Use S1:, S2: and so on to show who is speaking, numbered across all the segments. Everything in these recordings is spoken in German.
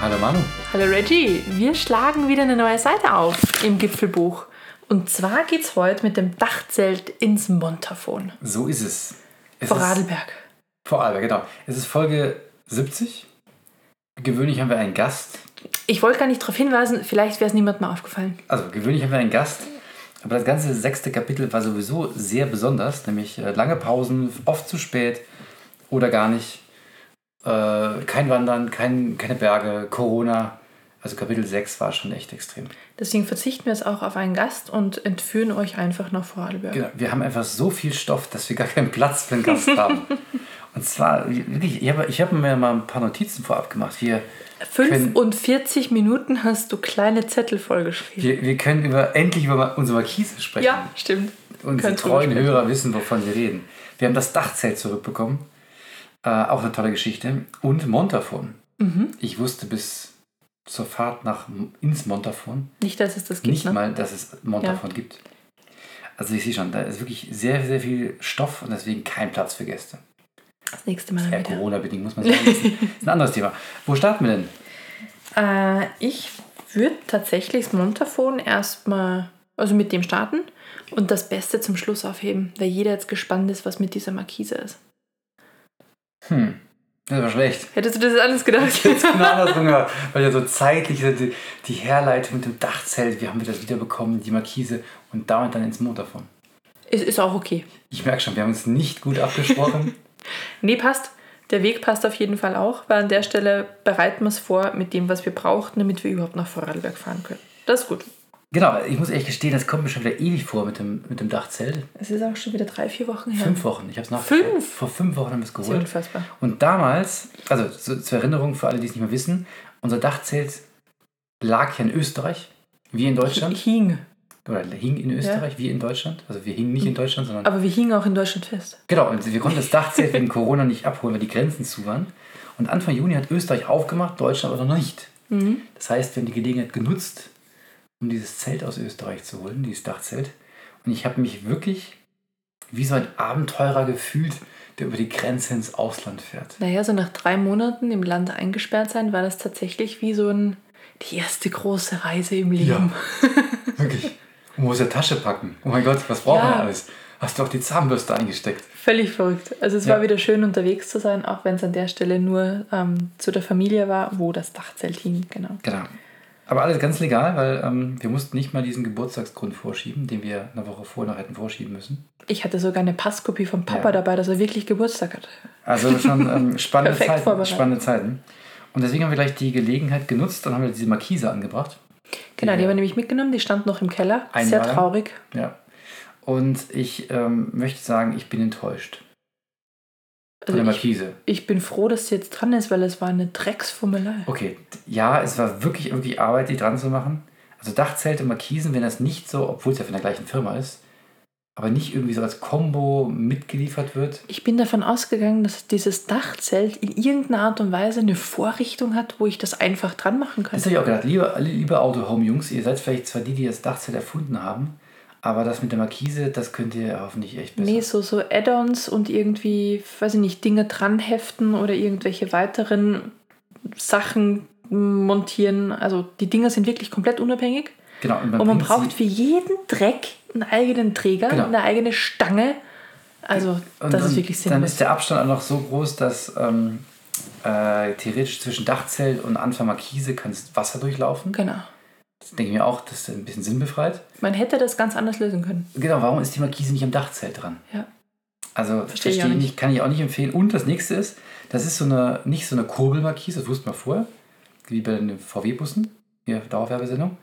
S1: Hallo Manu.
S2: Hallo Reggie, wir schlagen wieder eine neue Seite auf im Gipfelbuch. Und zwar geht's heute mit dem Dachzelt ins Montafon.
S1: So ist es. es
S2: Vor
S1: ist-
S2: Radlberg.
S1: Vor Adelberg, genau. Es ist Folge 70. Gewöhnlich haben wir einen Gast.
S2: Ich wollte gar nicht darauf hinweisen, vielleicht wäre es niemandem aufgefallen.
S1: Also gewöhnlich haben wir einen Gast. Aber das ganze sechste Kapitel war sowieso sehr besonders, nämlich äh, lange Pausen, oft zu spät oder gar nicht. Äh, kein Wandern, kein, keine Berge, Corona. Also Kapitel 6 war schon echt extrem.
S2: Deswegen verzichten wir jetzt auch auf einen Gast und entführen euch einfach nach Vorarlberg.
S1: Genau, wir haben einfach so viel Stoff, dass wir gar keinen Platz für einen Gast haben. Und zwar, wirklich, ich habe ich habe mir mal ein paar Notizen vorab gemacht. Hier,
S2: 45 Minuten hast du kleine Zettel vollgeschrieben.
S1: Wir, wir können über, endlich über unsere Markise sprechen.
S2: Ja, stimmt.
S1: Unsere
S2: Könnt
S1: treuen
S2: drüber sprechen.
S1: Hörer wissen, wovon wir reden. Wir haben das Dachzelt zurückbekommen. Äh, auch eine tolle Geschichte. Und Montafon.
S2: Mhm.
S1: Ich wusste bis zur Fahrt nach, ins Montafon
S2: Nicht, dass es das gibt.
S1: nicht
S2: ne?
S1: mal, dass es Montafon gibt. Also ich sehe schon, da ist wirklich sehr, sehr viel Stoff und deswegen kein Platz für Gäste.
S2: Das nächste Mal
S1: Ja,
S2: wieder.
S1: Äh, Corona-bedingt muss man sagen. Das ist ein anderes Thema. Wo starten wir denn?
S2: Äh, ich würde tatsächlich das Montafon erstmal, also mit dem starten und das Beste zum Schluss aufheben, weil jeder jetzt gespannt ist, was mit dieser Markise ist.
S1: Hm, das war schlecht.
S2: Hättest du das jetzt anders gedacht?
S1: jetzt genau andersrum gehört. Weil ja so zeitlich so die, die Herleitung mit dem Dachzelt, wir haben wieder das wiederbekommen, die Markise und damit dann ins Motor davon.
S2: ist, ist auch okay.
S1: Ich merke schon, wir haben uns nicht gut abgesprochen.
S2: Nee, passt. Der Weg passt auf jeden Fall auch, weil an der Stelle bereiten wir es vor mit dem, was wir brauchen, damit wir überhaupt nach Vorarlberg fahren können. Das ist gut.
S1: genau, ich muss ehrlich gestehen, das kommt mir schon wieder ewig vor mit dem, mit dem Dachzelt.
S2: Es ist auch schon wieder drei, vier Wochen her.
S1: Fünf Wochen, ich habe es nach
S2: Fünf?
S1: Vor fünf Wochen haben wir es
S2: Das ist ja
S1: geholt.
S2: unfassbar.
S1: Und damals, also zu, zur Erinnerung für alle, die es nicht mehr wissen, unser Dachzelt lag ja in Österreich, wie in Deutschland.
S2: Hing.
S1: Oder hing in Österreich, wie in Deutschland. Also wir hingen nicht in Deutschland, sondern
S2: Aber wir hingen auch in Deutschland fest.
S1: Genau, und wir konnten das Dachzelt wegen Corona nicht abholen, weil die Grenzen zu waren. Und Anfang Juni hat Österreich aufgemacht, Deutschland aber noch nicht.
S2: Mhm.
S1: Das heißt, wir haben die Gelegenheit genutzt, um dieses Zelt aus Österreich zu holen, dieses Dachzelt. Und ich habe mich wirklich wie so ein Abenteurer gefühlt, der über die Grenze ins Ausland fährt.
S2: Naja, so nach drei Monaten im Land eingesperrt sein, war das tatsächlich wie so ein, die erste große Reise im Leben.
S1: Wirklich. Und muss ja Tasche packen. Oh mein Gott, was braucht
S2: Ja.
S1: man alles? Hast du auch die Zahnbürste eingesteckt?
S2: Völlig verrückt. Also es
S1: Ja.
S2: war wieder schön unterwegs zu sein, auch wenn es an der Stelle nur ähm, zu der Familie war, wo das Dachzelt hing. Genau.
S1: Genau. Aber alles ganz legal, weil ähm, wir mussten nicht mal diesen Geburtstagsgrund vorschieben, den wir eine Woche vorher noch hätten vorschieben müssen.
S2: Ich hatte sogar eine Passkopie vom Papa
S1: Ja.
S2: dabei, dass er wirklich Geburtstag hatte.
S1: Also schon ähm, spannende,
S2: Perfekt
S1: Zeiten,
S2: vorbereitet.
S1: spannende Zeiten. Und deswegen haben wir gleich die Gelegenheit genutzt und haben wir diese Markise angebracht.
S2: Genau, die
S1: Ja.
S2: haben wir nämlich mitgenommen, die stand noch im Keller.
S1: Einmal.
S2: Sehr traurig.
S1: Ja. Und ich ähm, möchte sagen, ich bin enttäuscht von
S2: Also
S1: der
S2: ich,
S1: Markise.
S2: ich bin froh, dass sie jetzt dran ist, weil es war eine Drecksfummelei.
S1: Okay, ja, es war wirklich, wirklich Arbeit, die dran zu machen. Also Dachzelte, Markisen, wenn das nicht so, obwohl es ja von der gleichen Firma ist, aber nicht irgendwie so als Combo mitgeliefert wird.
S2: Ich bin davon ausgegangen, dass dieses Dachzelt in irgendeiner Art und Weise eine Vorrichtung hat, wo ich das einfach dran machen kann.
S1: Das habe ich auch gedacht. Liebe, liebe Auto-Home-Jungs, ihr seid vielleicht zwar die, die das Dachzelt erfunden haben, aber das mit der Markise, das könnt ihr hoffentlich echt besser.
S2: Nee, so, so Add-ons und irgendwie, weiß ich nicht, Dinge dranheften oder irgendwelche weiteren Sachen montieren. Also die Dinger sind wirklich komplett unabhängig.
S1: Genau,
S2: Und man
S1: bringt
S2: braucht
S1: sie-
S2: für jeden Dreck einen eigenen Träger,
S1: Genau.
S2: eine eigene Stange. Also
S1: und
S2: das
S1: dann,
S2: ist wirklich
S1: Dann
S2: sinnlos.
S1: ist der Abstand auch noch so groß, dass ähm, äh, theoretisch zwischen Dachzelt und Anfang Markise kann das Wasser durchlaufen.
S2: Genau.
S1: Das denke ich mir auch, das ist ein bisschen sinnbefreit.
S2: Man hätte das ganz anders lösen können.
S1: Genau, warum ist die Markise nicht am Dachzelt dran?
S2: Ja.
S1: Also
S2: Verstehe
S1: verstehe
S2: ich
S1: ich
S2: auch nicht.
S1: nicht, kann ich auch nicht empfehlen. Und das nächste ist, das ist so eine, nicht so eine Kurbelmarkise, das wusste man vorher, wie bei den VW-Bussen, hier Dauerwerbesendung,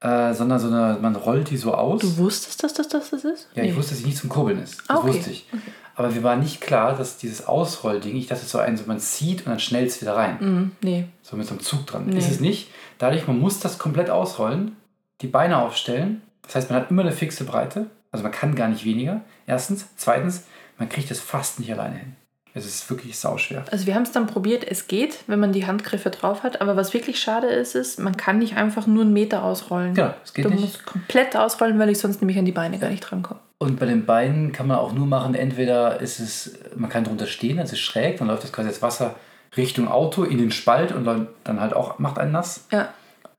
S1: äh, sondern so eine, man rollt die so aus.
S2: Du wusstest, dass das, dass das ist?
S1: ja, ich wusste, dass sie nicht zum Kurbeln ist.
S2: Ah,
S1: Das
S2: okay.
S1: wusste ich. Aber mir war nicht klar, dass dieses Ausrollding, ich dachte, es ist so ein, so man zieht und dann schnellst es wieder rein.
S2: Mhm, nee.
S1: So mit so einem Zug dran.
S2: Nee.
S1: Ist es nicht. Dadurch, man muss das komplett ausrollen, die Beine aufstellen. Das heißt, man hat immer eine fixe Breite. Also man kann gar nicht weniger. Erstens. Zweitens, man kriegt das fast nicht alleine hin. Es ist wirklich sauschwer.
S2: Also wir haben es dann probiert, es geht, wenn man die Handgriffe drauf hat. Aber was wirklich schade ist, ist, man kann nicht einfach nur einen Meter ausrollen.
S1: Genau, es geht
S2: du
S1: nicht.
S2: musst komplett ausrollen, weil ich sonst nämlich an die Beine gar nicht drankomme.
S1: Und bei den Beinen kann man auch nur machen, entweder ist es, man kann drunter stehen, also es ist schräg, dann läuft das quasi das Wasser Richtung Auto in den Spalt und dann, dann halt auch macht einen nass.
S2: Ja,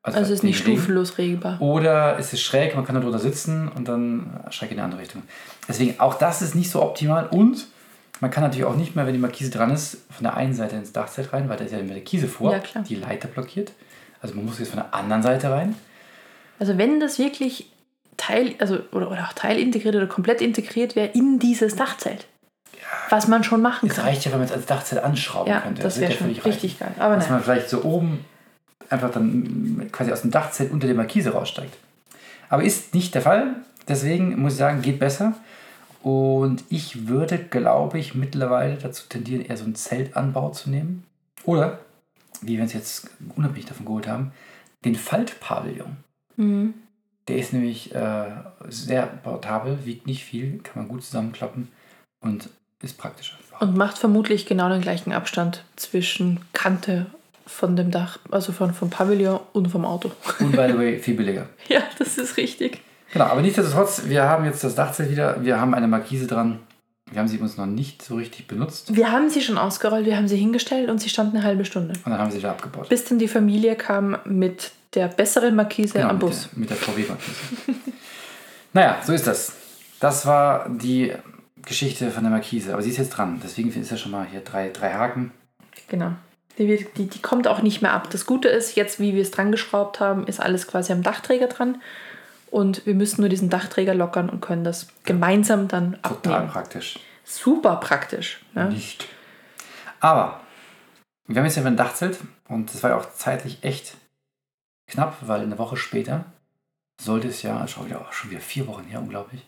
S2: also, es ist
S1: den
S2: nicht
S1: Regen.
S2: stufenlos regelbar.
S1: Oder es ist schräg, man kann da drunter sitzen und dann schräg in eine andere Richtung. Deswegen, auch das ist nicht so optimal und man kann natürlich auch nicht mehr, wenn die Markise dran ist, von der einen Seite ins Dachzelt rein, weil da ist ja eine Markise vor,
S2: Ja, klar.
S1: die Leiter blockiert. Also man muss jetzt von der anderen Seite rein.
S2: Also wenn das wirklich Teil, also oder, oder auch teilintegriert oder komplett integriert wäre in dieses Dachzelt, was man schon machen
S1: Es
S2: kann.
S1: reicht ja, wenn man es als Dachzelt anschrauben
S2: ja,
S1: könnte. Also wird
S2: das wäre
S1: ja
S2: schon
S1: völlig
S2: richtig
S1: reichen.
S2: geil. Aber
S1: Dass
S2: nein,
S1: man vielleicht so oben einfach dann quasi aus dem Dachzelt unter der Markise raussteigt. Aber ist nicht der Fall. Deswegen muss ich sagen, geht besser. Und ich würde, glaube ich, mittlerweile dazu tendieren, eher so einen Zeltanbau zu nehmen. Oder, wie wir uns jetzt unabhängig davon geholt haben, den Faltpavillon.
S2: Mhm.
S1: Der ist nämlich äh, sehr portabel, wiegt nicht viel, kann man gut zusammenklappen und ist praktisch einfach.
S2: Und macht vermutlich genau den gleichen Abstand zwischen Kante von dem Dach, also von, vom Pavillon und vom Auto.
S1: Und by the way, viel billiger.
S2: ja, das ist richtig.
S1: Genau, aber nichtsdestotrotz, wir haben jetzt das Dachzelt wieder, wir haben eine Markise dran. Wir haben sie uns noch nicht so richtig benutzt
S2: Wir haben sie schon ausgerollt, wir haben sie hingestellt und sie stand eine halbe Stunde.
S1: und dann haben wir sie wieder abgebaut.
S2: Bis dann die Familie kam mit der besseren Markise
S1: Genau,
S2: am
S1: mit
S2: Bus.
S1: Der, mit der VW-Markise. naja, so ist das. Das war die Geschichte von der Markise, aber sie ist jetzt dran. Deswegen ist ja schon mal hier drei, drei Haken.
S2: Genau. Die, wird- die, die kommt auch nicht mehr ab. Das Gute ist, jetzt wie wir es dran geschraubt haben, ist alles quasi am Dachträger dran. Und wir müssen nur diesen Dachträger lockern und können das gemeinsam dann
S1: Total
S2: abnehmen.
S1: praktisch.
S2: Super praktisch. Ne?
S1: Nicht. Aber wir haben jetzt ja ein Dachzelt und das war ja auch zeitlich echt knapp, weil eine Woche später sollte es ja, schau wieder, auch schon wieder vier Wochen her, unglaublich,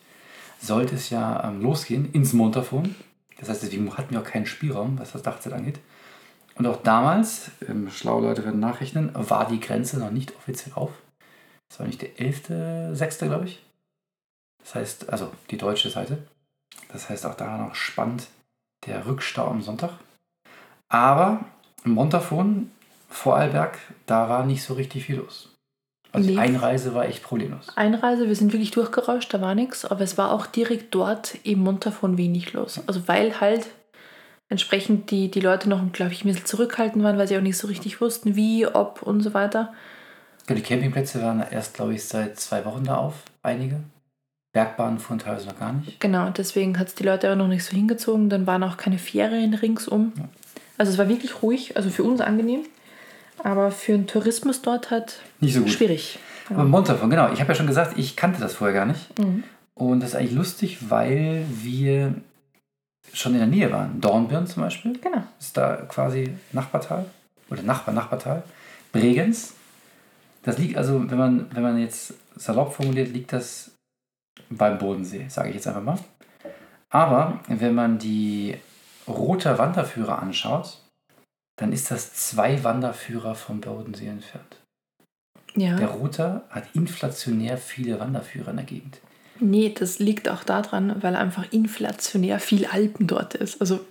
S1: sollte es ja ähm, losgehen ins Montafon. Das heißt, deswegen hatten wir auch keinen Spielraum, was das Dachzelt angeht. Und auch damals, ähm, schlaue Leute werden nachrechnen, war die Grenze noch nicht offiziell auf. Das war nicht der 11.06., glaube ich. Das heißt, also die deutsche Seite. Das heißt, auch da noch spannend der Rückstau am Sonntag. Aber im Montafon, Vorarlberg, da war nicht so richtig viel los. Also die
S2: Nee.
S1: Einreise war echt problemlos.
S2: Einreise, wir sind wirklich durchgerauscht, da war nichts, aber es war auch direkt dort im Montafon wenig los. Also weil halt entsprechend die, die Leute noch, glaube ich, ein bisschen zurückhaltend waren, weil sie auch nicht so richtig wussten, wie, ob und so weiter.
S1: Ja, Die Campingplätze waren erst, glaube ich, seit zwei Wochen da auf, einige. Bergbahnen fuhren teilweise noch gar nicht.
S2: Genau, deswegen hat es die Leute auch noch nicht so hingezogen, dann waren auch keine Ferien ringsum. Also es war wirklich ruhig, also für uns angenehm, aber für den Tourismus dort halt
S1: Nicht so gut.
S2: schwierig.
S1: Aber Montafon, genau. Ich habe ja schon gesagt, ich kannte das vorher gar nicht.
S2: Mhm.
S1: Und das ist eigentlich lustig, weil wir schon in der Nähe waren. Dornbirn zum Beispiel
S2: Genau.
S1: ist da quasi Nachbartal oder Nachbar-Nachbartal. Bregenz. Das liegt also, wenn man, wenn man jetzt salopp formuliert, liegt das beim Bodensee, sage ich jetzt einfach mal. Aber wenn man die Roter Wanderführer anschaut, dann ist das zwei Wanderführer vom Bodensee entfernt.
S2: Ja.
S1: Der Roter hat inflationär viele Wanderführer in der Gegend.
S2: Nee, das liegt auch daran, weil einfach inflationär viel Alpen dort ist. Also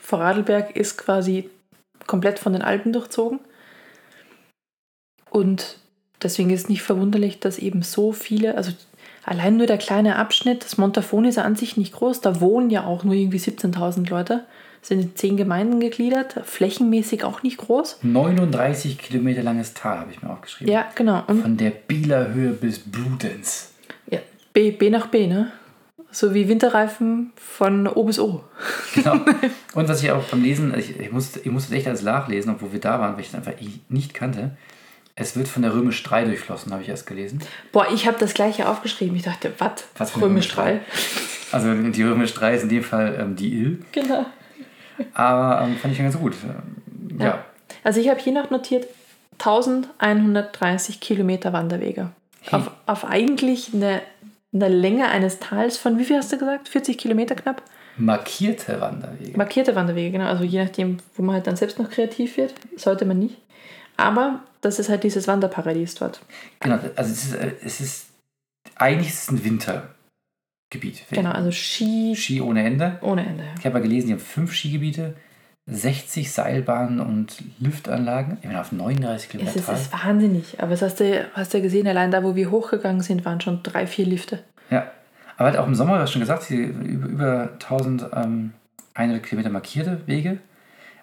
S2: Vorarlberg ist quasi komplett von den Alpen durchzogen. Und deswegen ist nicht verwunderlich, dass eben so viele, also allein nur der kleine Abschnitt, das Montafon ist ja an sich nicht groß, da wohnen ja auch nur irgendwie 17.000 Leute, sind in zehn Gemeinden gegliedert, flächenmäßig auch nicht groß.
S1: 39 Kilometer langes Tal habe ich mir aufgeschrieben.
S2: Ja, genau. Und
S1: Von der Bieler Höhe bis Bludenz.
S2: ja, B, B nach B, ne? So wie Winterreifen von O bis O.
S1: Genau. Und was ich auch beim Lesen, ich, ich, musste, ich musste das echt als nachlesen, obwohl wir da waren, weil ich es einfach eh nicht kannte. Es wird von der Römisch 3 durchflossen, habe ich erst gelesen.
S2: Boah, ich habe das gleiche aufgeschrieben. Ich dachte, wat?
S1: Was für
S2: Römisch
S1: Römisch
S2: 3?
S1: Also die Römisch 3 ist in dem Fall ähm, die Ill.
S2: Genau.
S1: Aber ähm, fand ich ganz gut. Ähm, ja.
S2: Ja. Also ich habe hier noch notiert 1130 Kilometer Wanderwege.
S1: Hey.
S2: Auf, auf eigentlich eine, eine Länge eines Tals von, wie viel hast du gesagt? 40 Kilometer knapp?
S1: Markierte Wanderwege.
S2: Markierte Wanderwege, genau. Also je nachdem, wo man halt dann selbst noch kreativ wird, sollte man nicht. Aber das ist halt dieses Wanderparadies dort.
S1: genau, also es ist, äh, es ist eigentlich ist es ein Wintergebiet.
S2: Genau, also Ski
S1: Ski ohne Ende.
S2: ohne Ende. ja.
S1: Ich habe ja gelesen, die haben fünf Skigebiete, 60 Seilbahnen und Liftanlagen. Ich bin auf 39
S2: Es
S1: Kilometer
S2: ist, es
S1: Tal.
S2: ist wahnsinnig. Aber das hast du, hast du gesehen, allein da, wo wir hochgegangen sind, waren schon drei, vier Lifte.
S1: Ja. Aber halt auch im ähm, Sommer, du hast schon gesagt, sie über, über 1100 Kilometer markierte Wege.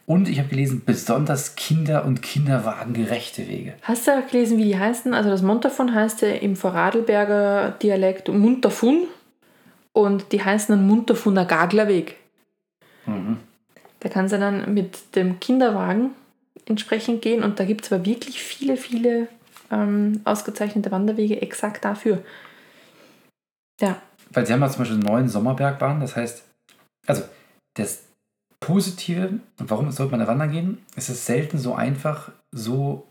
S1: Und ich habe gelesen, besonders Kinder- und Kinderwagengerechte Wege.
S2: Hast du auch gelesen, wie die heißen? Also das Montafon heißt ja im Vorarlberger Dialekt Muntafun und die heißen dann Muntafuner Gaglerweg.
S1: Mhm.
S2: Da kannst du dann mit dem Kinderwagen entsprechend gehen und da gibt es aber wirklich viele, viele ähm, ausgezeichnete Wanderwege exakt dafür. Ja,
S1: Weil sie haben ja zum Beispiel einen neuen Sommerbergbahn. Das heißt, also das Positive, und warum sollte man da wandern gehen, es ist selten so einfach, so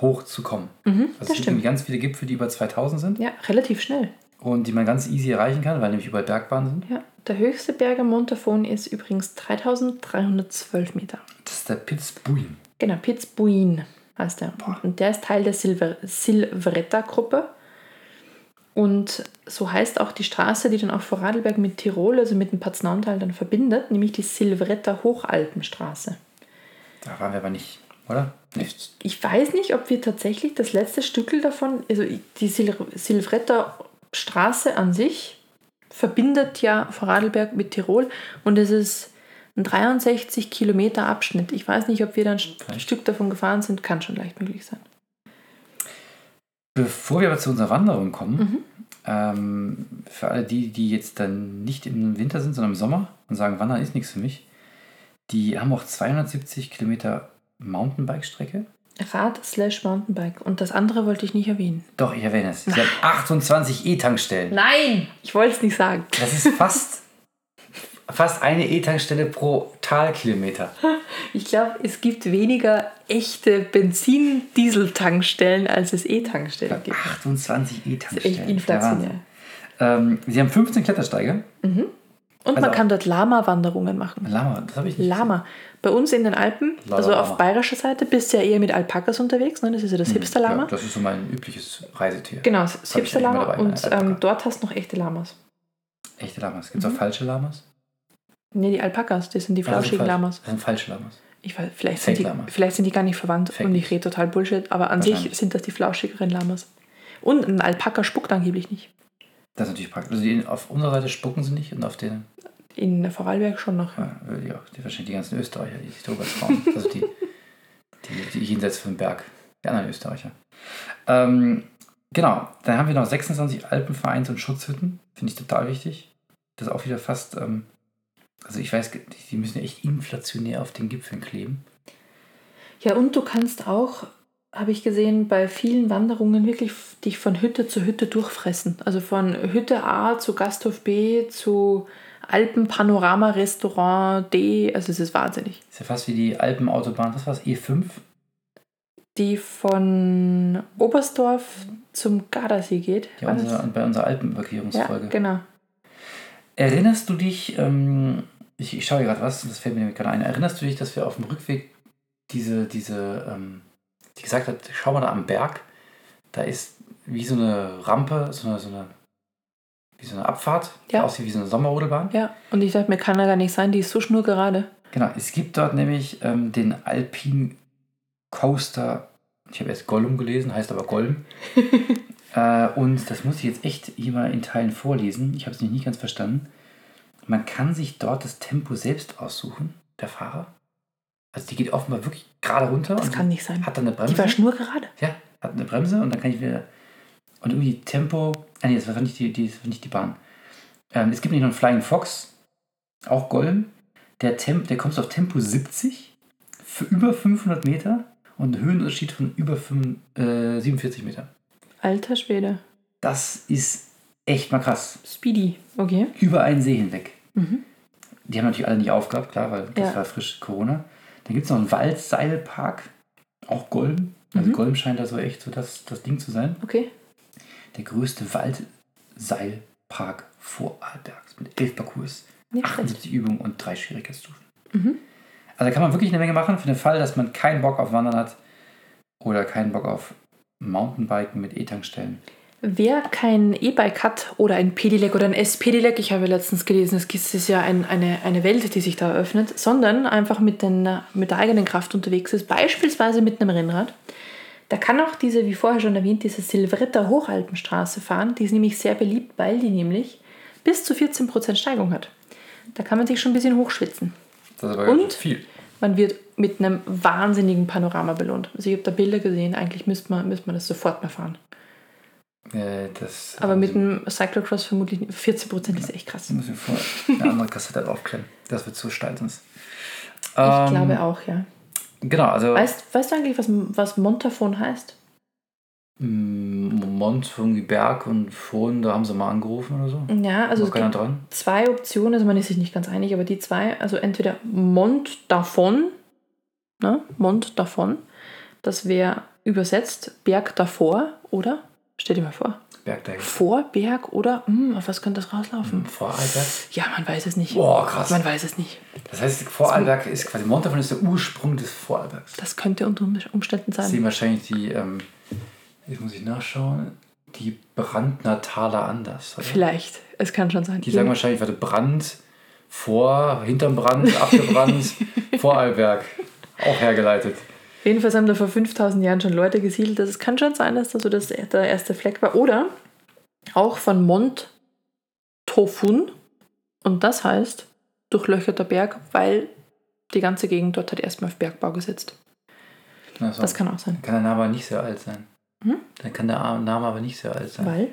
S1: hoch zu kommen.
S2: mhm,
S1: Also
S2: das
S1: es gibt nämlich
S2: stimmt.
S1: ganz viele Gipfel, die über 2000 sind
S2: Ja, relativ schnell.
S1: und die man ganz easy erreichen kann, weil nämlich überall Bergbahnen sind.
S2: Ja. Der höchste Berg am Montafon ist übrigens 3312 Meter.
S1: Das ist der Pitzbuin.
S2: Genau, Piz Buin heißt der.
S1: Boah.
S2: Und der ist Teil der Silver Silvretta-Gruppe. Und so heißt auch die Straße, die dann auch Vorarlberg mit Tirol, also mit dem Paznauntal dann verbindet, nämlich die Silvretta Hochalpenstraße.
S1: Da waren wir aber nicht, oder? Nicht.
S2: Ich weiß nicht, ob wir tatsächlich das letzte Stückel davon, also die Sil Silvretta Straße an sich verbindet ja Vorarlberg mit Tirol und es ist ein 63 Kilometer Abschnitt. Ich weiß nicht, ob wir da ein
S1: Vielleicht.
S2: Stück davon gefahren sind, kann schon leicht möglich sein.
S1: Bevor wir aber zu unserer Wanderung kommen,
S2: Mhm.
S1: ähm, für alle die, die jetzt dann nicht im Winter sind, sondern im Sommer und sagen, Wandern ist nichts für mich, die haben auch 270 Kilometer Mountainbike-Strecke.
S2: Rad slash Mountainbike. Und das andere wollte ich nicht erwähnen.
S1: Doch, ich erwähne es. Sie haben 28 E-Tankstellen.
S2: Nein! Ich wollte es nicht sagen.
S1: Das ist fast, fast eine E-Tankstelle pro Talkilometer.
S2: Ich glaube, es gibt weniger echte Benzin-Diesel-Tankstellen, als es E-Tankstellen gibt.
S1: 28
S2: Das ist
S1: E-Tankstellen.
S2: echt
S1: Der Wahnsinn.
S2: inflationär. Mhm.
S1: Ähm, sie haben 15 Klettersteige.
S2: Und
S1: Also-
S2: man kann dort Lama-Wanderungen machen.
S1: Lama, das habe ich nicht.
S2: Lama. Bei uns in den Alpen,
S1: Lama,
S2: also auf
S1: Lama.
S2: bayerischer Seite, bist du ja eher mit Alpakas unterwegs. Ne? Das ist ja das Hipster-Lama.
S1: Mhm. Ja, das ist so mein übliches Reisetier.
S2: Genau, das
S1: Hab ich ja nicht mehr
S2: Hipster-Lama.
S1: dabei,
S2: Und
S1: ne,
S2: ähm,
S1: Alpaka.
S2: dort hast du noch echte Lamas.
S1: Echte Lamas. Gibt es
S2: Mhm.
S1: auch falsche Lamas?
S2: Ne, die Alpakas, das sind die
S1: Ja, das sind
S2: flauschigen
S1: falsch-
S2: Lamas.
S1: Das sind falsche Lamas.
S2: Ich weiß, vielleicht, sind die,
S1: Fake-Lama.
S2: vielleicht sind die gar nicht verwandt
S1: Fake.
S2: und ich rede total Bullshit, aber an sich
S1: Wahrscheinlich.
S2: sind das die flauschigeren Lamas. Und ein Alpaka spuckt angeblich nicht.
S1: Das ist natürlich praktisch. Also die, auf unserer Seite spucken sie nicht und auf der
S2: In Vorarlberg schon noch.
S1: Äh, ja, die, auch, die wahrscheinlich die ganzen Österreicher, die sich drüber trauen. also die, die, die jenseits vom Berg, die anderen Österreicher. Ähm, genau, dann haben wir noch 26 Alpenvereins- und Schutzhütten. Finde ich total wichtig. Das ist auch wieder fast, ähm, also ich weiß, die- die müssen ja echt inflationär auf den Gipfeln kleben.
S2: Ja, und du kannst auch, habe ich gesehen, bei vielen Wanderungen wirklich f- dich von Hütte zu Hütte durchfressen. Also von Hütte A zu Gasthof B zu Alpenpanorama-Restaurant D. Also es ist wahnsinnig.
S1: Ist ja fast wie die Alpenautobahn, was E war es, E5?
S2: Die von Oberstdorf zum Gardasee geht.
S1: Mhm. Ja,
S2: War das-
S1: unsere, bei unserer
S2: ja
S1: Alpenüberquerungsfolge.
S2: genau.
S1: Erinnerst du dich, ähm, ich, ich schaue hier gerade was, das fällt mir nämlich gerade ein, erinnerst du dich, dass wir auf dem Rückweg diese, diese, ähm, die gesagt hat, schau mal da am Berg, da ist wie so eine Rampe, so eine, so eine, wie so eine Abfahrt, die
S2: Ja.
S1: aussieht wie so eine Sommerrodelbahn.
S2: Ja, und ich dachte mir, kann er gar nicht sein, die ist so schnurgerade.
S1: Genau, es gibt dort nämlich ähm, den Alpine Coaster, ich habe erst Gollum gelesen, heißt aber Golm. äh, und das muss ich jetzt echt hier mal in Teilen vorlesen. Ich habe es nicht, nicht ganz verstanden. Man kann sich dort das Tempo selbst aussuchen, der Fahrer. Also die geht offenbar wirklich gerade runter
S2: Das
S1: und
S2: kann nicht sein.
S1: hat dann eine
S2: Die war
S1: Bremse.
S2: schnurgerade.
S1: Ja, hat eine Bremse und dann kann ich wieder. Und irgendwie Tempo. Ah nee, das war nicht die, die, das war nicht die Bahn. Ähm, es gibt nämlich noch einen Flying Fox, auch Golden. Der, Temp, der kommt auf Tempo 70 für über 500 Meter und einen Höhenunterschied von über 5, äh, 47 Meter.
S2: Alter Schwede.
S1: Das ist echt mal krass.
S2: Speedy, okay.
S1: Über einen See hinweg.
S2: Mhm.
S1: Die haben natürlich alle nicht aufgehabt, klar, weil das
S2: Ja.
S1: war frisch Corona. Dann gibt es noch einen Waldseilpark, auch Golden. Also
S2: Mhm.
S1: Golden scheint da so echt so das, das Ding zu sein.
S2: Okay.
S1: der größte Waldseilpark Vorarlbergs mit elf Parcours,
S2: Nicht schlecht.
S1: 78 Übungen und drei Schwierigkeitsstufen.
S2: Mhm.
S1: Also da kann man wirklich eine Menge machen für den Fall, dass man keinen Bock auf Wandern hat oder keinen Bock auf Mountainbiken mit E-Tankstellen.
S2: Wer kein E-Bike hat oder ein Pedelec oder ein S-Pedelec, ich habe letztens gelesen, es gibt- es ist ja ein, eine, eine Welt, die sich da eröffnet, sondern einfach mit, den, mit der eigenen Kraft unterwegs ist, beispielsweise mit einem Rennrad, da kann auch diese, wie vorher schon erwähnt, diese Silvretta Hochalpenstraße fahren. Die ist nämlich sehr beliebt, weil die nämlich bis zu 14% Steigung hat. Da kann man sich schon ein bisschen hochschwitzen.
S1: Das ist aber
S2: Und?
S1: viel.
S2: Man wird mit einem wahnsinnigen Panorama belohnt. Also ich habe da Bilder gesehen, eigentlich müsste man, müsste man das sofort mal fahren.
S1: Äh, das
S2: Aber mit einem Cyclocross vermutlich 14% ist echt krass.
S1: Ich muss mir vor eine andere Kassette draufklemmen. Das wird zu steil sonst. Ähm,
S2: Ich glaube auch, ja.
S1: Genau, also
S2: Weißt, weißt du eigentlich, was, was Montafon heißt?
S1: m, Mont, irgendwie Berg und Fohlen, da haben sie mal angerufen oder so.
S2: Ja, also
S1: Also
S2: es
S1: keiner
S2: gibt
S1: dran.
S2: zwei Optionen, also man ist sich nicht ganz einig, aber die zwei, also entweder Mont davon, ne? Mont davon, das wäre übersetzt Berg davor, oder? Stell dir mal vor.
S1: Berg dahin.
S2: Vor Berg oder, hm, auf was könnte das rauslaufen?
S1: Vorarlberg?
S2: Ja, man weiß es nicht.
S1: Boah, krass.
S2: Man weiß es nicht.
S1: Das heißt, Vorarlberg ist quasi, Montafon ist der Ursprung des Vorarlbergs.
S2: Das könnte unter Umständen
S1: Das
S2: sein.
S1: sehen wahrscheinlich die, ähm, jetzt muss ich nachschauen, die Brandner Taler anders. Oder?
S2: Vielleicht. Es kann schon sein.
S1: Die sagen wahrscheinlich, warte, Brand, vor, hinterm Brand, abgebrannt, Vorarlberg. Auch hergeleitet.
S2: Jedenfalls haben da vor 5000 Jahren schon Leute gesiedelt. Also es kann schon sein, dass das so das, der erste Fleck war. Oder auch von Mont Tofun. Und das heißt durchlöcherter Berg, weil die ganze Gegend dort hat erstmal auf Bergbau gesetzt.
S1: Also,
S2: Das
S1: das kann,
S2: kann auch sein.
S1: der Name aber nicht sehr alt sein.
S2: Hm?
S1: Dann kann der A- Name aber nicht sehr alt sein.
S2: Weil?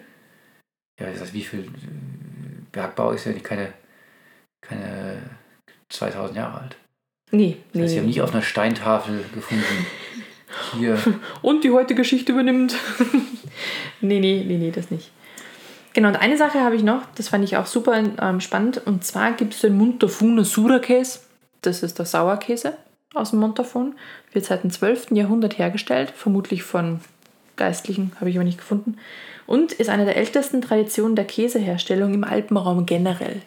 S1: Ja, ich weiß, wie viel äh, Bergbau ist ja nicht keine, keine 2000 Jahre alt.
S2: Nee,
S1: Das
S2: nee.
S1: heißt, wir haben
S2: nee.
S1: nicht auf einer Steintafel gefunden. Hier,
S2: Und die heutige Geschichte übernimmt. nee, nee, nee, nee, das nicht. Genau, und eine Sache habe ich noch, das fand ich auch super ähm, spannend. Und zwar gibt es den Montafone Sura-Käse. Das ist der Sauerkäse aus dem Montafon. Wird seit dem 12. Jahrhundert hergestellt, vermutlich von Geistlichen, habe ich aber nicht gefunden. Und ist eine der ältesten Traditionen der Käseherstellung im Alpenraum generell.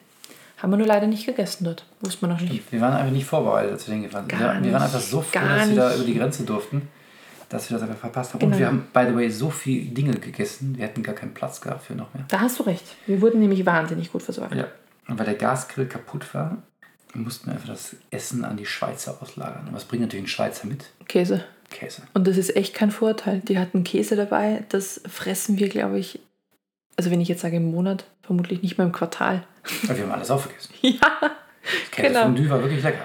S2: Haben wir nur leider nicht gegessen dort. Wusste man noch nicht.
S1: wir waren einfach nicht vorbereitet, als wir hingefahren sind. Wir, wir
S2: Gar
S1: waren
S2: nicht,
S1: einfach so froh,
S2: gar
S1: dass wir da
S2: nicht.
S1: über die Grenze durften, dass wir das einfach verpasst haben.
S2: Genau.
S1: Und wir haben, by the way, so viele Dinge gegessen, wir hätten gar keinen Platz gehabt für noch mehr.
S2: Da hast du recht. Wir wurden nämlich wahnsinnig gut versorgt.
S1: Ja. Und weil der Gasgrill kaputt war, mussten wir einfach das Essen an die Schweizer auslagern. Und was bringt natürlich ein Schweizer mit?
S2: Käse.
S1: Käse.
S2: Und das ist echt kein Vorurteil. Die hatten Käse dabei. Das fressen wir, glaube ich, also wenn ich jetzt sage im Monat, vermutlich nicht mehr im Quartal.
S1: Aber wir haben alles aufgegessen.
S2: ja,
S1: Käsefondue war wirklich lecker.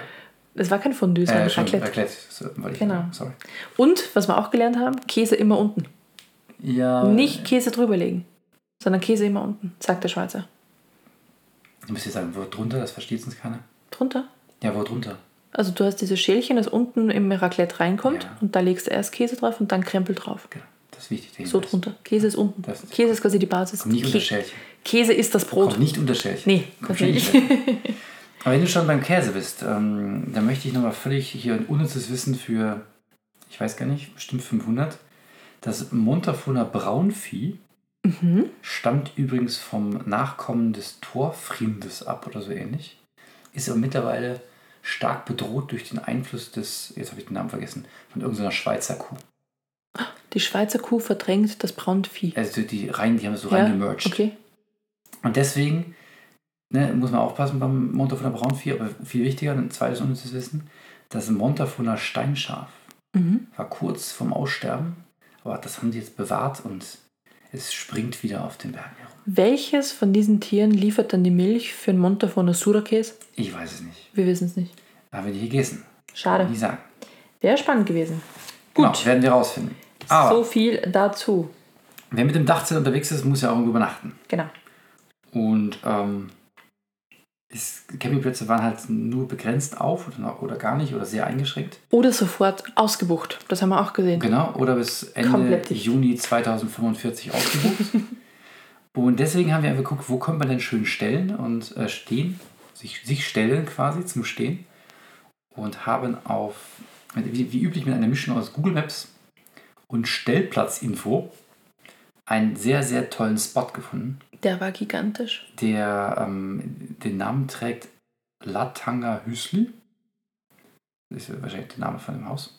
S2: es war kein Fondue, es war
S1: Äh,
S2: ein
S1: schon,
S2: Genau. Raclette.
S1: Raclette. So, wollte ich
S2: Genau.
S1: sagen. Sorry.
S2: Und, was wir auch gelernt haben, Käse immer unten.
S1: Ah, Ja,
S2: Nicht Käse drüberlegen, sondern Käse immer unten, sagt der Schweizer.
S1: Ich müsste sagen, wo drunter, das versteht sonst keiner.
S2: Drunter.
S1: Ja, wo drunter?
S2: Also du hast diese Schälchen, das unten im Raclette reinkommt
S1: Ja.
S2: und da legst du erst Käse drauf und dann Krempel drauf.
S1: Genau. Das ist wichtig. der
S2: So
S1: Hinweis.
S2: drunter. Käse ist unten.
S1: Das ist-
S2: Käse ist quasi die Basis.
S1: Nicht
S2: Kä-
S1: unter Schälchen.
S2: Käse ist das Brot.
S1: Kommt nicht unter Schälchen.
S2: Nee,
S1: Kommt
S2: das
S1: schon
S2: nicht.
S1: unter Schälchen. Aber wenn du schon beim Käse bist, ähm, dann möchte ich nochmal völlig hier ein unnützes Wissen für, ich weiß gar nicht, bestimmt 500. Das Montafoner Braunvieh
S2: Mhm.
S1: stammt übrigens vom Nachkommen des Torfriemendes ab oder so ähnlich. Ist aber mittlerweile stark bedroht durch den Einfluss des, jetzt habe ich den Namen vergessen, von irgendeiner Schweizer Kuh.
S2: Die Schweizer Kuh verdrängt das Braunvieh.
S1: Also die rein, die haben so
S2: Ja,
S1: reingemerged.
S2: Okay.
S1: Und deswegen ne, muss man aufpassen beim Montafoner Braunvieh, aber viel wichtiger, ein zweites unnützes Wissen, das Montafoner Steinschaf
S2: Mhm.
S1: war kurz vorm Aussterben, aber das haben die jetzt bewahrt und es springt wieder auf den Bergen herum.
S2: Welches von diesen Tieren liefert dann die Milch für einen Montafoner Sura-Käse?
S1: Ich weiß es nicht.
S2: Wir wissen es nicht.
S1: Haben wir die gegessen?
S2: Schade.
S1: Nie sagen.
S2: Wäre spannend gewesen.
S1: Gut. Genau, werden wir rausfinden. Aber
S2: So viel dazu.
S1: wer mit dem Dachzelt unterwegs ist, muss ja auch irgendwo übernachten.
S2: Genau.
S1: Und ähm, es, Campingplätze waren halt nur begrenzt auf oder, noch, oder gar nicht oder sehr eingeschränkt.
S2: Oder sofort ausgebucht. Das haben wir auch gesehen.
S1: Genau, oder bis Ende
S2: Komplett dicht.
S1: Juni 2045 ausgebucht. und deswegen haben wir einfach geguckt, wo kommt man denn schön stellen und äh, stehen, sich, sich stellen quasi zum Stehen und haben auf, wie, wie üblich mit einer Mischung aus Google Maps und Stellplatzinfo einen sehr, sehr tollen Spot gefunden,
S2: Der war gigantisch.
S1: der ähm, den Namen trägt Latanga Hüsli. Das ist wahrscheinlich der Name von dem Haus.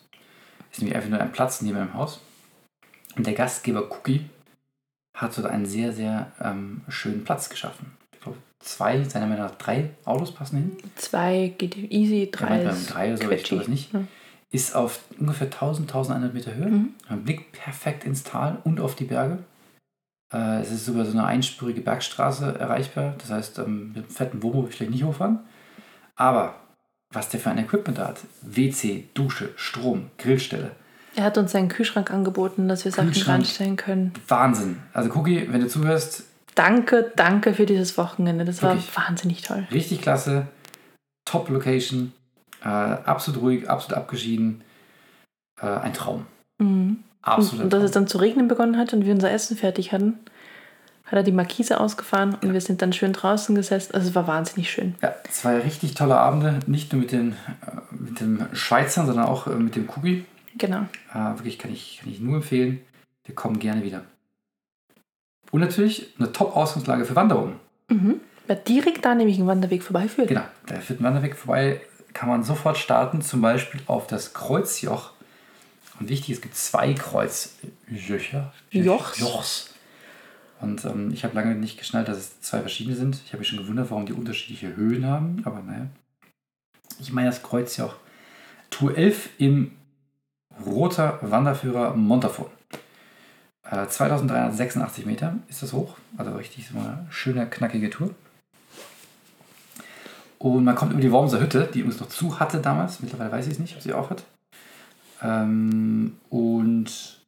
S1: Ist nämlich einfach nur ein Platz neben dem Haus. Und der Gastgeber Cookie hat dort einen sehr, sehr ähm, schönen Platz geschaffen. Ich glaube, zwei, seiner Meinung nach drei Autos passen hin.
S2: Zwei geht easy, drei
S1: manchmal
S2: ist
S1: drei oder so, ich
S2: quetschig.
S1: weiß nicht.
S2: Ja.
S1: Ist auf ungefähr 1000, 1100 Meter Höhe.
S2: Mhm.
S1: Man blickt perfekt ins Tal und auf die Berge. Äh, es ist über so eine einspurige Bergstraße erreichbar. Das heißt, ähm, mit einem fetten Womo will ich vielleicht nicht hochfahren. Aber was der für ein Equipment da hat. WC, Dusche, Strom, Grillstelle.
S2: Er hat uns seinen Kühlschrank angeboten, dass wir Sachen
S1: Kühlschrank.
S2: reinstellen können.
S1: Wahnsinn. Also Cookie, wenn du zuhörst,
S2: Danke, danke für dieses Wochenende. Das war
S1: Wirklich.
S2: wahnsinnig toll.
S1: richtig klasse. Top Location. Äh, absolut ruhig, absolut abgeschieden. Äh, ein Traum.
S2: Mhm.
S1: Absoluter
S2: Und dass
S1: Traum.
S2: es dann zu regnen begonnen hat und wir unser Essen fertig hatten, hat er die Markise ausgefahren und wir sind dann schön draußen gesessen. Also es war wahnsinnig schön.
S1: Ja, zwei richtig tolle Abende, nicht nur mit den äh, mit dem Schweizern, sondern auch äh, mit dem Kubi.
S2: Genau.
S1: Äh, wirklich kann ich, kann ich nur empfehlen. Wir kommen gerne wieder. Und natürlich eine Top-Ausgangslage für Wanderungen.
S2: Mhm. Weil direkt da nämlich ein Wanderweg vorbeiführt.
S1: Genau, der vierten Wanderweg vorbei kann man sofort starten, zum Beispiel auf das Kreuzjoch. Und wichtig, es gibt zwei Kreuzjöcher.
S2: Jochs.
S1: Jochs. Und ähm, ich habe lange nicht geschnallt, dass es zwei verschiedene sind. Ich habe mich schon gewundert, warum die unterschiedliche Höhen haben, aber naja. Ich meine das Kreuzjoch Tour 11 im Roter Wanderführer Montafon. Äh, 2386 Meter ist das hoch, also richtig so eine schöne, knackige Tour. Und man kommt über die Wormser Hütte, die übrigens noch zu hatte damals. Mittlerweile weiß ich es nicht, ob sie auch hat. Ähm, und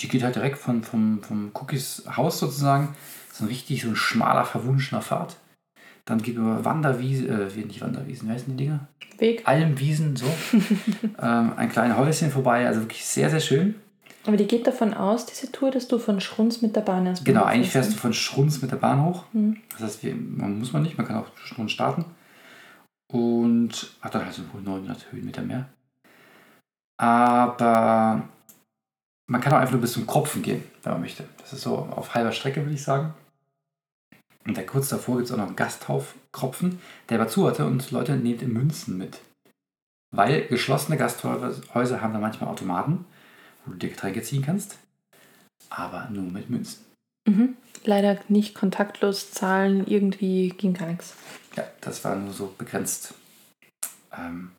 S1: die geht halt direkt von, vom, vom Cookies Haus sozusagen. So ein richtig so ein schmaler, verwunschener Pfad. Dann geht über Wanderwiesen, äh, wie- nicht Wanderwiesen, wie heißen die Dinger?
S2: Weg.
S1: Almwiesen, so. ähm, ein kleines Häuschen vorbei, also wirklich sehr, sehr schön.
S2: Aber die geht davon aus, diese Tour, dass du von Schrunz mit der Bahn erst
S1: Genau, eigentlich fährst du von Schrunz mit der Bahn hoch.
S2: Mhm.
S1: Das heißt, wir, man muss man nicht, man kann auch Schrunz starten. Und hat dann halt so wohl 900 Höhenmeter mehr. Aber man kann auch einfach nur bis zum Kropfen gehen, wenn man möchte. Das ist so auf halber Strecke, würde ich sagen. Und da kurz davor gibt es auch noch einen Gasthof Kropfen, der aber zu hatte und Leute nehmt in Münzen mit. Weil geschlossene Gasthäuser haben da manchmal Automaten, wo du dir Getränke ziehen kannst. Aber nur mit Münzen.
S2: Mhm. Leider nicht kontaktlos zahlen, irgendwie ging gar nichts.
S1: Ja, das war nur so begrenzt ähm,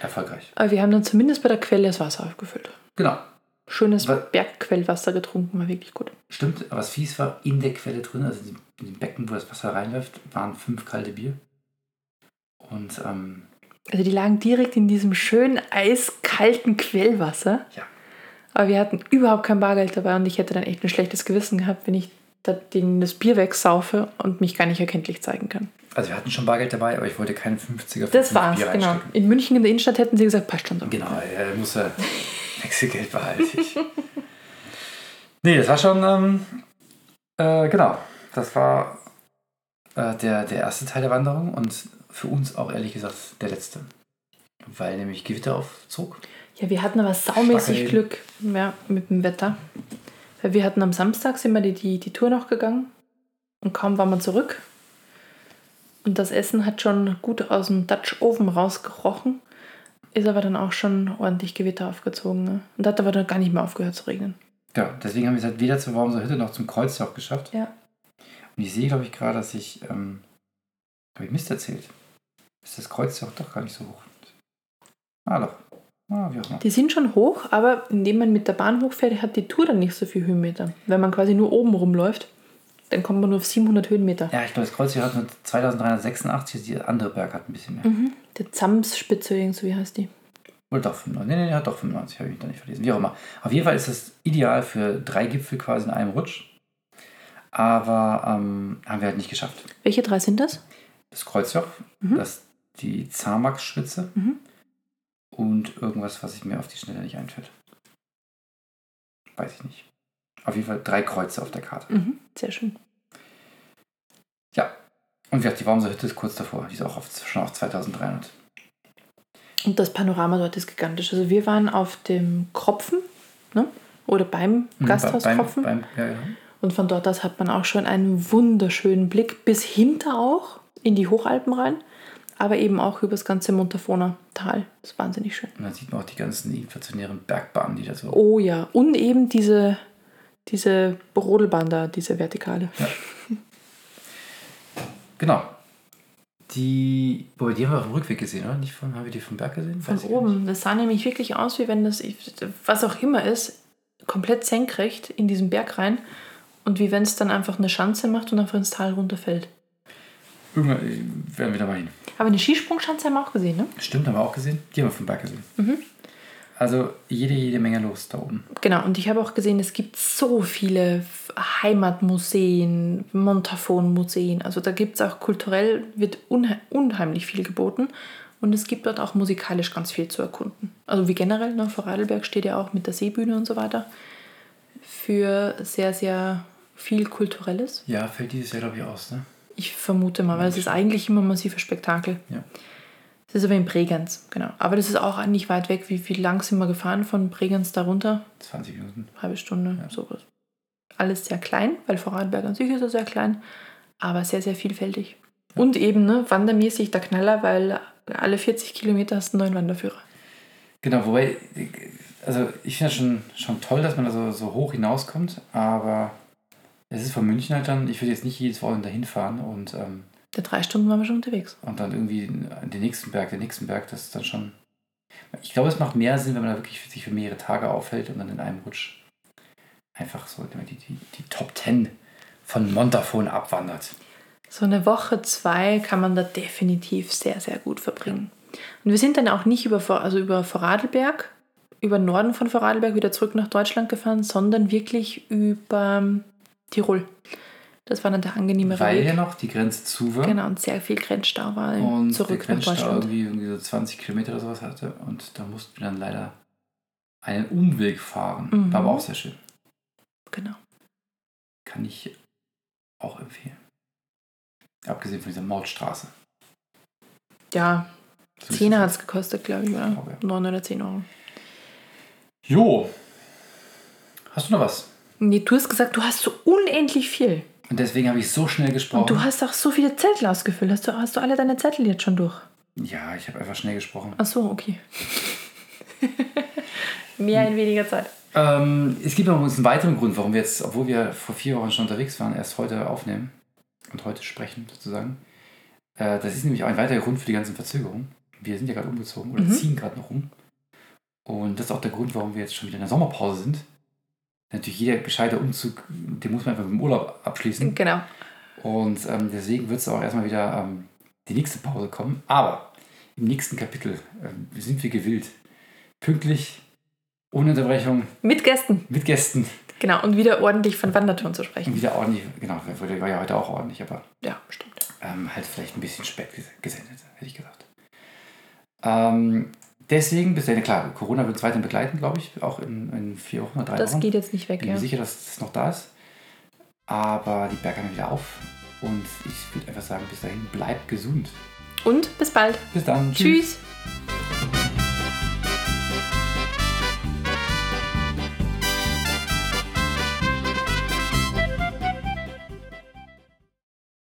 S1: erfolgreich.
S2: Aber wir haben dann zumindest bei der Quelle das Wasser aufgefüllt.
S1: Genau.
S2: Schönes
S1: Wa-
S2: Bergquellwasser getrunken, war wirklich gut.
S1: Stimmt, was fies war, in der Quelle drin, also in dem- in dem Becken, wo das Wasser reinläuft, waren fünf kalte Bier. Und ähm,
S2: Also die lagen direkt in diesem schönen eiskalten Quellwasser.
S1: Ja.
S2: Aber wir hatten überhaupt kein Bargeld dabei und ich hätte dann echt ein schlechtes Gewissen gehabt, wenn ich da denen das Bier wegsaufe und mich gar nicht erkenntlich zeigen kann.
S1: also wir hatten schon Bargeld dabei, aber ich wollte keinen 50er für
S2: Das
S1: fünf
S2: war's,
S1: Bier
S2: genau.
S1: reinstecken.
S2: In München in der Innenstadt hätten sie gesagt, passt schon so.
S1: Genau, er muss er Wechselgeld behalten. nee, das war schon, ähm, äh, genau, das war äh, der, der erste Teil der Wanderung und für uns auch ehrlich gesagt der letzte. Weil nämlich Gewitter aufzog.
S2: Ja, wir hatten aber saumäßig
S1: Starke
S2: Glück ja, mit dem Wetter. Weil wir hatten am Samstag, sind wir die, die, die Tour noch gegangen und kaum waren wir zurück. Und das Essen hat schon gut aus dem Dutch Oven rausgerochen, ist aber dann auch schon ordentlich Gewitter aufgezogen. Ne? Und hat aber dann gar nicht mehr aufgehört zu regnen.
S1: Ja, deswegen haben wir es halt weder zur Wormser Hütte noch zum Kreuzjoch geschafft.
S2: Ja.
S1: Und ich sehe, glaube ich, gerade, dass ich, ähm, habe ich Mist erzählt? Ist das Kreuzjoch doch gar nicht so hoch? Ah, doch. Ah, wie auch immer.
S2: Die sind schon hoch, aber indem man mit der Bahn hochfährt, hat die Tour dann nicht so viel Höhenmeter. Wenn man quasi nur oben rumläuft, dann kommt man nur auf 700 Höhenmeter.
S1: Ja, ich glaube, das Kreuzjoch hat nur 2386, die andere Berg hat ein bisschen mehr.
S2: Mhm. Der Zamsspitze, irgend so wie heißt die.
S1: Oder doch 95. Nee, nee, nee, hat doch 95, habe ich da nicht verlesen. Wie auch immer. Auf jeden Fall ist das ideal für drei Gipfel quasi in einem Rutsch. Aber ähm, haben wir halt nicht geschafft.
S2: Welche drei sind das?
S1: Das Kreuzjoch,
S2: Mhm.
S1: das, die Zamax-Spitze
S2: Mhm.
S1: und irgendwas, was ich mir auf die Schnelle nicht einfällt. Weiß ich nicht. Auf jeden Fall drei Kreuze auf der Karte.
S2: Mhm. Sehr schön.
S1: Und wie gesagt, die Wormser Hütte ist kurz davor. Die ist auch auf, schon auf 2300.
S2: Und das Panorama dort ist gigantisch. Also wir waren auf dem Kropfen, ne? oder beim Gasthaus
S1: Mhm, Beim-
S2: Kropfen.
S1: beim, ja, ja.
S2: Und von dort aus hat man auch schon einen wunderschönen Blick bis hinter auch in die Hochalpen rein, aber eben auch über das ganze Montafoner Tal. Das ist wahnsinnig schön.
S1: Und dann sieht man auch die ganzen inflationären Bergbahnen, die da so
S2: Oh ja, und eben diese, diese Rodelbahn da, diese vertikale.
S1: Genau. Die, boah, die haben wir auf dem Rückweg gesehen, oder? Nicht von, haben wir die vom Berg gesehen?
S2: Von
S1: Weiß ich nicht.
S2: oben. Das sah nämlich wirklich aus, wie wenn das, was auch immer ist, komplett senkrecht in diesen Berg rein und wie wenn es dann einfach eine Schanze macht und einfach ins Tal runterfällt.
S1: Irgendwann äh, werden wir da mal hin.
S2: Aber eine Skisprungschanze haben wir auch gesehen, ne?
S1: Stimmt, haben wir auch gesehen. Die haben wir vom Berg gesehen.
S2: Mhm.
S1: Also jede, jede Menge los da oben.
S2: Genau, und ich habe auch gesehen, es gibt so viele Heimatmuseen, Montafon-Museen. Also da gibt es auch kulturell, wird unhe unheimlich viel geboten. Und es gibt dort auch musikalisch ganz viel zu erkunden. Also wie generell, ne, Vorarlberg steht ja auch mit der Seebühne und so weiter für sehr, sehr viel Kulturelles.
S1: Ja, fällt dieses Jahr, glaube ich, aus, ne?
S2: Ich vermute mal, weil es ist eigentlich immer ein massives Spektakel.
S1: Ja.
S2: Es ist aber in Bregenz, genau. Aber das ist auch nicht weit weg. Wie, wie lang sind wir gefahren von Bregenz da runter?
S1: 20 Minuten.
S2: halbe Stunde, sowas. Alles sehr klein, weil Vorarlberg an sich ist ja sehr klein, aber sehr, sehr vielfältig. Und eben, ne, wandermäßig der Knaller, weil alle 40 Kilometer hast du einen neuen Wanderführer.
S1: Genau, wobei, also ich finde das schon, schon toll, dass man da so, so hoch hinauskommt, aber es ist von München halt dann, ich würde jetzt nicht jedes Wochenende dahin fahren und, ähm,
S2: Der drei Stunden waren wir schon unterwegs.
S1: und dann irgendwie an den nächsten Berg, den nächsten Berg, das ist dann schon. Ich glaube, es macht mehr Sinn, wenn man da wirklich sich für mehrere Tage aufhält und dann in einem Rutsch einfach so die, die, die Top Ten von Montafon abwandert.
S2: So eine Woche, zwei kann man da definitiv sehr, sehr gut verbringen. Und wir sind dann auch nicht über, Vor- also über Vorarlberg, über den Norden von Vorarlberg wieder zurück nach Deutschland gefahren, sondern wirklich über ähm, Tirol. Das war dann der angenehmere
S1: Weil ja
S2: Weg.
S1: noch die Grenze zu war.
S2: Genau, und sehr viel Grenzstau war im-
S1: Ne? Und
S2: zurück
S1: der
S2: nach
S1: Quetsch da
S2: Deutschland.
S1: irgendwie, irgendwie so 20 Kilometer oder sowas hatte. Und da mussten wir dann leider einen Umweg fahren.
S2: Mhm.
S1: War aber auch sehr schön.
S2: Genau.
S1: Kann ich auch empfehlen. Abgesehen von dieser Mordstraße.
S2: Ja,
S1: So ist
S2: Zehner hat
S1: es
S2: es gekostet, glaube ich,
S1: jetzt.
S2: oder?
S1: Aber ja.
S2: Neun oder zehn Euro.
S1: Jo. Hast du noch was?
S2: Nee, du hast gesagt, du hast so unendlich viel.
S1: Und deswegen habe ich so schnell gesprochen.
S2: Und du hast auch so viele Zettel ausgefüllt. Hast du, hast du alle deine Zettel jetzt schon durch?
S1: ja, ich habe einfach schnell gesprochen.
S2: Ach so, okay. Mehr in weniger Zeit.
S1: Ähm, es gibt noch übrigens einen weiteren Grund, warum wir jetzt, obwohl wir vor vier Wochen schon unterwegs waren, erst heute aufnehmen und heute sprechen sozusagen. Äh, das ist nämlich auch ein weiterer Grund für die ganzen Verzögerungen. Wir sind ja gerade umgezogen oder
S2: Mhm.
S1: ziehen gerade noch um. Und das ist auch der Grund, warum wir jetzt schon wieder in der Sommerpause sind. Natürlich jeder gescheite Umzug, den muss man einfach mit dem Urlaub abschließen.
S2: Genau.
S1: Und ähm, deswegen wird es auch erstmal wieder ähm, die nächste Pause kommen. Aber im nächsten Kapitel ähm, sind wir gewillt. Pünktlich, ohne Unterbrechung,
S2: Mit Gästen.
S1: mit Gästen.
S2: Genau. Und wieder ordentlich von Wandertouren zu
S1: Und
S2: sprechen.
S1: wieder ordentlich, genau, war ja heute auch ordentlich, aber
S2: Ja, stimmt.
S1: ähm, halt vielleicht ein bisschen spät ges- gesendet, hätte ich gesagt. Ähm, deswegen, bis dahin, klar, Corona wird uns weiterhin begleiten, glaube ich, auch in, in vier Wochen oder drei
S2: Das
S1: Wochen.
S2: geht jetzt nicht weg,
S1: Bin mir
S2: ja.
S1: sicher, dass es noch da ist. Aber die Berge haben wieder auf. Und ich würde einfach sagen, bis dahin, bleibt gesund.
S2: Und bis bald.
S1: Bis dann.
S2: Tschüss.